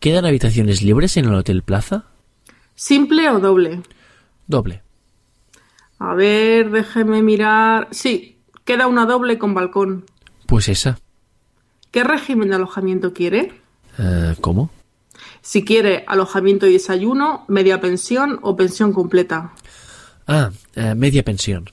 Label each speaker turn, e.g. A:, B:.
A: ¿Quedan habitaciones libres en el Hotel Plaza?
B: ¿Simple o doble?
A: Doble.
B: A ver, déjeme mirar. Sí, queda una doble con balcón.
A: Pues esa.
B: ¿Qué régimen de alojamiento quiere?
A: Eh, ¿Cómo?
B: Si quiere alojamiento y desayuno, media pensión o pensión completa.
A: Ah, eh, media pensión.